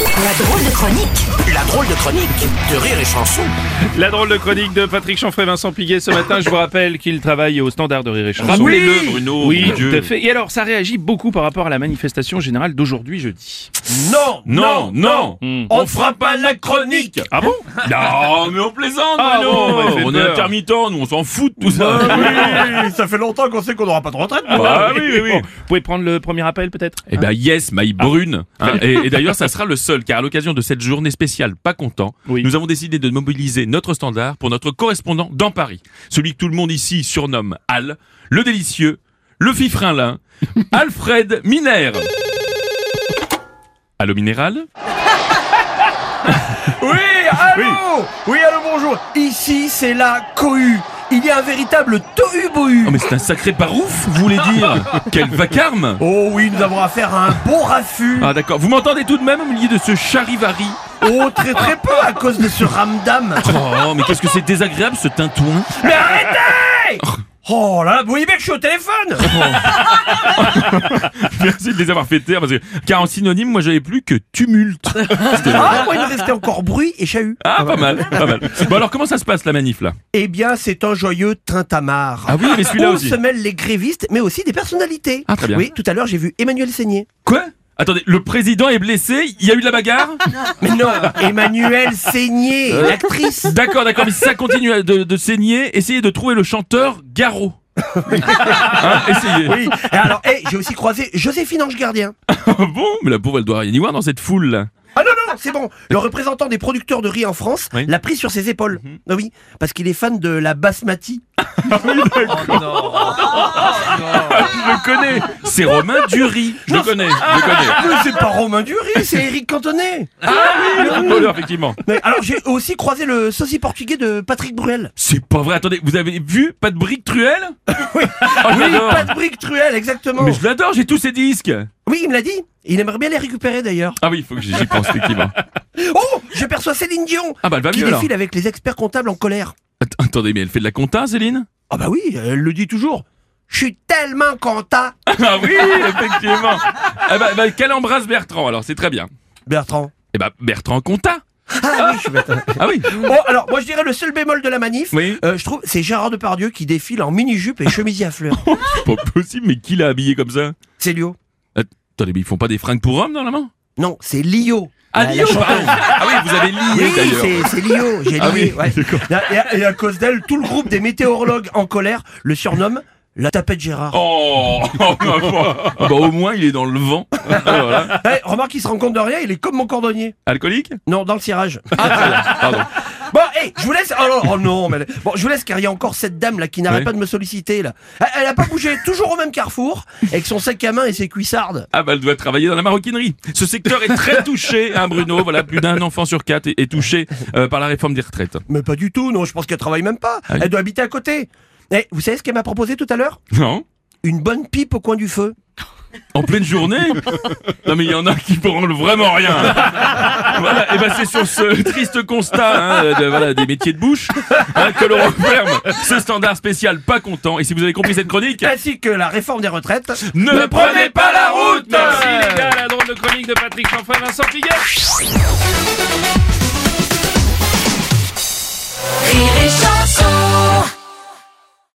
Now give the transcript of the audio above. La drôle de chronique La drôle de chronique de Rire et Chanson. La drôle de chronique de Patrick Chanfray, Vincent Piguet ce matin. Je vous rappelle qu'il travaille au standard de rire et chanson. Rappelez-le, Ah, Bruno, Oui, mon tout Dieu. à fait. Et alors, ça réagit beaucoup par rapport à la manifestation générale d'aujourd'hui jeudi. Non, non, non, on fera pas la chronique. Ah bon Non, mais on plaisante, Ah Bruno. bon, bah, il fait on est peur. intermittents, nous, on s'en fout de tout ça. Ah oui, ça fait longtemps qu'on sait qu'on n'aura pas de retraite. moi. Ah oui, oui, oui. Bon, vous pouvez prendre le premier appel peut-être Eh ben yes, my brune. hein. et et d'ailleurs, ça sera le seul, car à l'occasion de cette journée spéciale, pas content, Oui. nous avons décidé de mobiliser notre standard pour notre correspondant dans Paris, celui que tout le monde ici surnomme Al, le délicieux, le fifrinlin, Alfred Minère. Allô minéral Oui, allô oui. allô, bonjour. Ici, c'est la cohue. Il y a un véritable tohu-bohu. Oh mais c'est un sacré barouf, vous voulez dire Quel vacarme Oh oui, nous avons affaire à un bon raffut. Ah d'accord, vous m'entendez tout de même au milieu de ce charivari Oh, très très peu à cause de ce ramdam. Oh mais qu'est-ce que c'est désagréable ce tintouin Mais arrêtez Oh là là, vous voyez bien que je suis au téléphone Ah, Merci de les avoir fait taire parce que car en synonyme moi j'avais plus que tumulte. Ah, moi il me restait encore bruit et chahut. Ah pas mal, pas mal. Bon alors comment ça se passe la manif là Eh bien, c'est un joyeux tintamarre. Ah oui mais celui-là Où aussi. se mêlent les grévistes, mais aussi des personnalités. Ah, très bien. Oui, tout à l'heure, j'ai vu Emmanuel Seigné. Quoi Attendez, le président est blessé, il y a eu de la bagarre Mais non, Emmanuel Seigné, Euh. l'actrice. D'accord, d'accord, mais si ça continue à- de, de saigner, essayez de trouver le chanteur Garot. Hein, essayez. Oui. Et alors, hey, j'ai aussi croisé Joséphine Ange Gardien. Ah bon, mais la pauvre elle doit rien y voir dans cette foule là. Ah non, non, c'est bon. Le représentant des producteurs de riz en France Oui. Mhm. l'a pris sur ses épaules. Ah oui, parce qu'il est fan de la basmati. Je le connais, c'est Romain Dury. Je le connais, je le connais. Ah, Mais c'est pas Romain du riz, c'est Eric Cantonnet. Ah, le footballeur, effectivement. Mais alors, j'ai aussi croisé le saucier portugais de Patrick Bruel. C'est pas vrai. Attendez, vous avez vu Pas de briques truelles Oh, je Oui, l'adore. Patrick Truel, exactement. Mais je l'adore, j'ai tous ses disques. Oui, il me l'a dit. Il aimerait bien les récupérer d'ailleurs. Ah oui, il faut que j'y pense, effectivement. Oh, je perçois Céline Dion Ah bah elle va qui mieux alors. défile avec les experts comptables en colère. Att- Attendez, mais elle fait de la compta, Céline Ah bah oui, elle le dit toujours. Je suis tellement content. Ah oui, effectivement. Ah bah, bah, qu'elle embrasse Bertrand, alors c'est très bien. Bertrand. Eh bah, Bertrand compta. Ah oui, je suis bête. Ah oui. Bon, Oh, alors, moi, je dirais le seul bémol de la manif. Oui. euh, je trouve, c'est Gérard Depardieu qui défile en mini-jupe et chemisier à fleurs. C'est pas possible, mais qui l'a habillé comme ça C'est Lio. Attendez, mais ils font pas des fringues pour hommes normalement Non, c'est Lio. Ah, La- la Lio, chanteuse. pardon. Ah oui, vous avez lié Oui, d'ailleurs. c'est- c'est Lio, j'ai Ah oui, lié. ouais. Et à- Et à cause d'elle, tout le groupe des météorologues en colère le surnomme la tapette Gérard. Oh, oh, ma foi. Ah bah, au moins il est dans le vent. Ah, voilà. Eh, remarque, il se rend compte de rien, il est comme mon cordonnier. Alcoolique Non, dans le cirage. Ah, très bien. Pardon. Bon, hey, je vous laisse. Oh, non, oh non, mais bon, je vous laisse car il y a encore cette dame là qui n'arrête Ouais. pas de me solliciter là. Elle, elle a pas bougé, toujours au même carrefour, avec son sac à main et ses cuissardes. Ah bah elle doit travailler dans la maroquinerie. Ce secteur est très touché, hein Bruno. Voilà, plus d'un enfant sur quatre est, est touché euh, par la réforme des retraites. Mais pas du tout, non, je pense qu'elle travaille même pas. Ah oui. Elle doit habiter à côté. Eh, vous savez ce qu'elle m'a proposé tout à l'heure Non Une bonne pipe au coin du feu. En pleine journée Non mais il y en a qui branlent vraiment rien. Voilà, et ben c'est sur ce triste constat hein, de- voilà, des métiers de bouche hein, que l'on referme ce standard spécial pas content. Et si vous avez compris cette chronique, Ainsi que la réforme des retraites. ne prenez pas la route Merci les gars, la drôle de chronique de Patrick Chanfray, Vincent Piguet